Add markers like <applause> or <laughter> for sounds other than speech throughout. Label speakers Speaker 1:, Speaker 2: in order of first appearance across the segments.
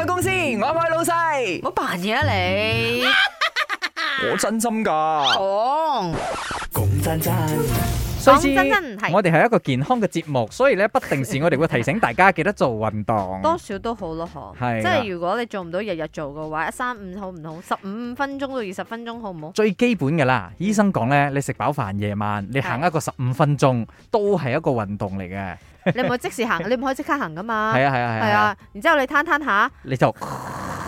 Speaker 1: 我愛老細
Speaker 2: 唔，好扮嘢啊你！
Speaker 1: 我真心㗎。
Speaker 2: 講
Speaker 3: 講真真，
Speaker 1: 所以
Speaker 2: 講真真係
Speaker 1: 我哋係一個健康嘅節目，所以咧不定時我哋會提醒大家記得做運動。
Speaker 2: <laughs> 多少都好咯，嗬。
Speaker 1: 係啊
Speaker 2: 即係如果你做唔到日日做嘅話，一三五好唔好？十五分鐘到二十分鐘好
Speaker 1: <laughs>
Speaker 2: 唔好？
Speaker 1: 最基本嘅啦，醫生講咧，你食飽飯夜晚，你行一個十五分鐘，都係一個運動嚟嘅。
Speaker 2: 你唔可以即時行，你唔可以即刻行噶嘛。
Speaker 1: 係啊係啊
Speaker 2: 係
Speaker 1: 係啊
Speaker 2: 啊，，然之後你攤攤下，
Speaker 1: 你就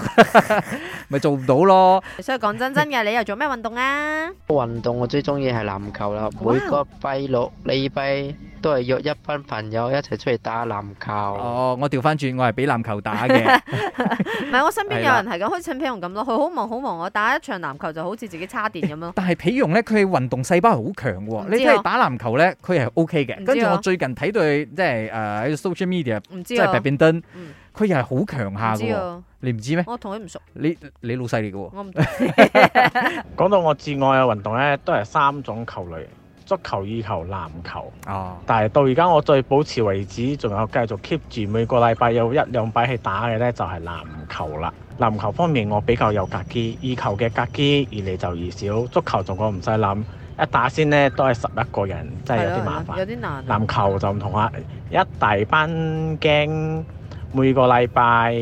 Speaker 1: <laughs> 咪做唔到咯。
Speaker 2: 所以講真真
Speaker 1: <laughs>
Speaker 2: 嘅，你又做咩運動啊？
Speaker 4: 運動我最中意係籃球啦，
Speaker 2: 哇
Speaker 4: 每個拜六禮拜都係約一班朋友一齊出去打籃球。
Speaker 1: 哦，我調翻轉，我係俾籃球
Speaker 2: <laughs>
Speaker 1: 打嘅，
Speaker 2: 唔係我身邊
Speaker 1: 係
Speaker 2: 有
Speaker 1: 啦
Speaker 2: 人係咁，好似陳皮蓉咁咯，佢好忙好忙，我打一場籃球就好似自己叉電
Speaker 1: <laughs>
Speaker 2: 咁咯。
Speaker 1: 但係皮用咧，佢運動細胞係好強嘅
Speaker 2: 唔
Speaker 1: 喎。
Speaker 2: 知
Speaker 1: 你
Speaker 2: 啊
Speaker 1: 睇打籃球咧，佢係 O K
Speaker 2: 唔知
Speaker 1: 嘅。
Speaker 2: 啊
Speaker 1: 跟住我最近睇到佢即係誒喺 social media，
Speaker 2: 唔知
Speaker 1: 即係
Speaker 2: 啊，
Speaker 1: 白變登
Speaker 2: 嗯，
Speaker 1: 佢又係好強
Speaker 2: 唔
Speaker 1: 下
Speaker 2: 知
Speaker 1: 嘅喎。
Speaker 2: 啊，
Speaker 1: 你唔知咩？
Speaker 2: 我同佢唔熟，
Speaker 1: 你你老細嚟嘅喎。
Speaker 2: 我唔
Speaker 5: 講到我至愛嘅運動咧，都係三種球類：足球、羽球、籃球。
Speaker 2: 嗯
Speaker 1: 哦，
Speaker 5: 但係到而家我最保持為止，仲有繼續 keep 住每個禮拜有一兩擺去打嘅咧，就係籃球啦。籃球方面我比較有格機，羽球嘅格機越嚟就越少，足球仲我唔使諗，一打先咧都係十一個人，真係有啲麻
Speaker 2: 係咯，有
Speaker 5: 煩。
Speaker 2: 啲難啊。
Speaker 5: 籃球就唔同啦，一大班驚，每個禮拜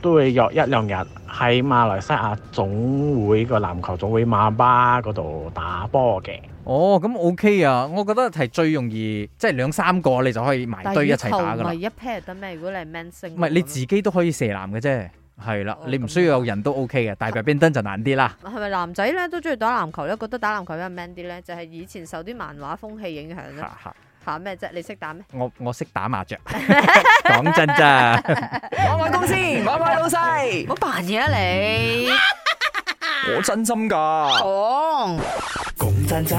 Speaker 5: 都會約一兩日喺馬來西亞總會個籃球總會馬巴嗰度打波嘅。
Speaker 1: 哦，咁 OK 啊，我覺得係最容易，即係兩三個你就可以埋
Speaker 2: 但
Speaker 1: 堆
Speaker 2: 係
Speaker 1: 一
Speaker 2: 羽
Speaker 1: 齊
Speaker 2: 球
Speaker 1: 打噶
Speaker 2: 唔
Speaker 1: 啦
Speaker 2: 係。一 pair 得咩？如果你係 man 星，
Speaker 1: 唔係你自己都可以射籃嘅啫，係啦，
Speaker 2: 哦
Speaker 1: 你唔
Speaker 2: 咁
Speaker 1: 需要有人都 OK 嘅，但係白冰燈就難啲啦。
Speaker 2: 係咪男仔咧都中意打籃球咧？覺得打籃球比較 man 啲咧，就係以前受啲漫畫風氣影響咧。
Speaker 1: 哈哈
Speaker 2: 嚇咩啫？你識打咩？
Speaker 1: 我我識打麻雀， <laughs> 講真咋， <laughs> 我愛公司，我愛老細
Speaker 2: 唔，好扮嘢啊你！
Speaker 1: 我真心㗎。
Speaker 2: 講。
Speaker 3: 講真真。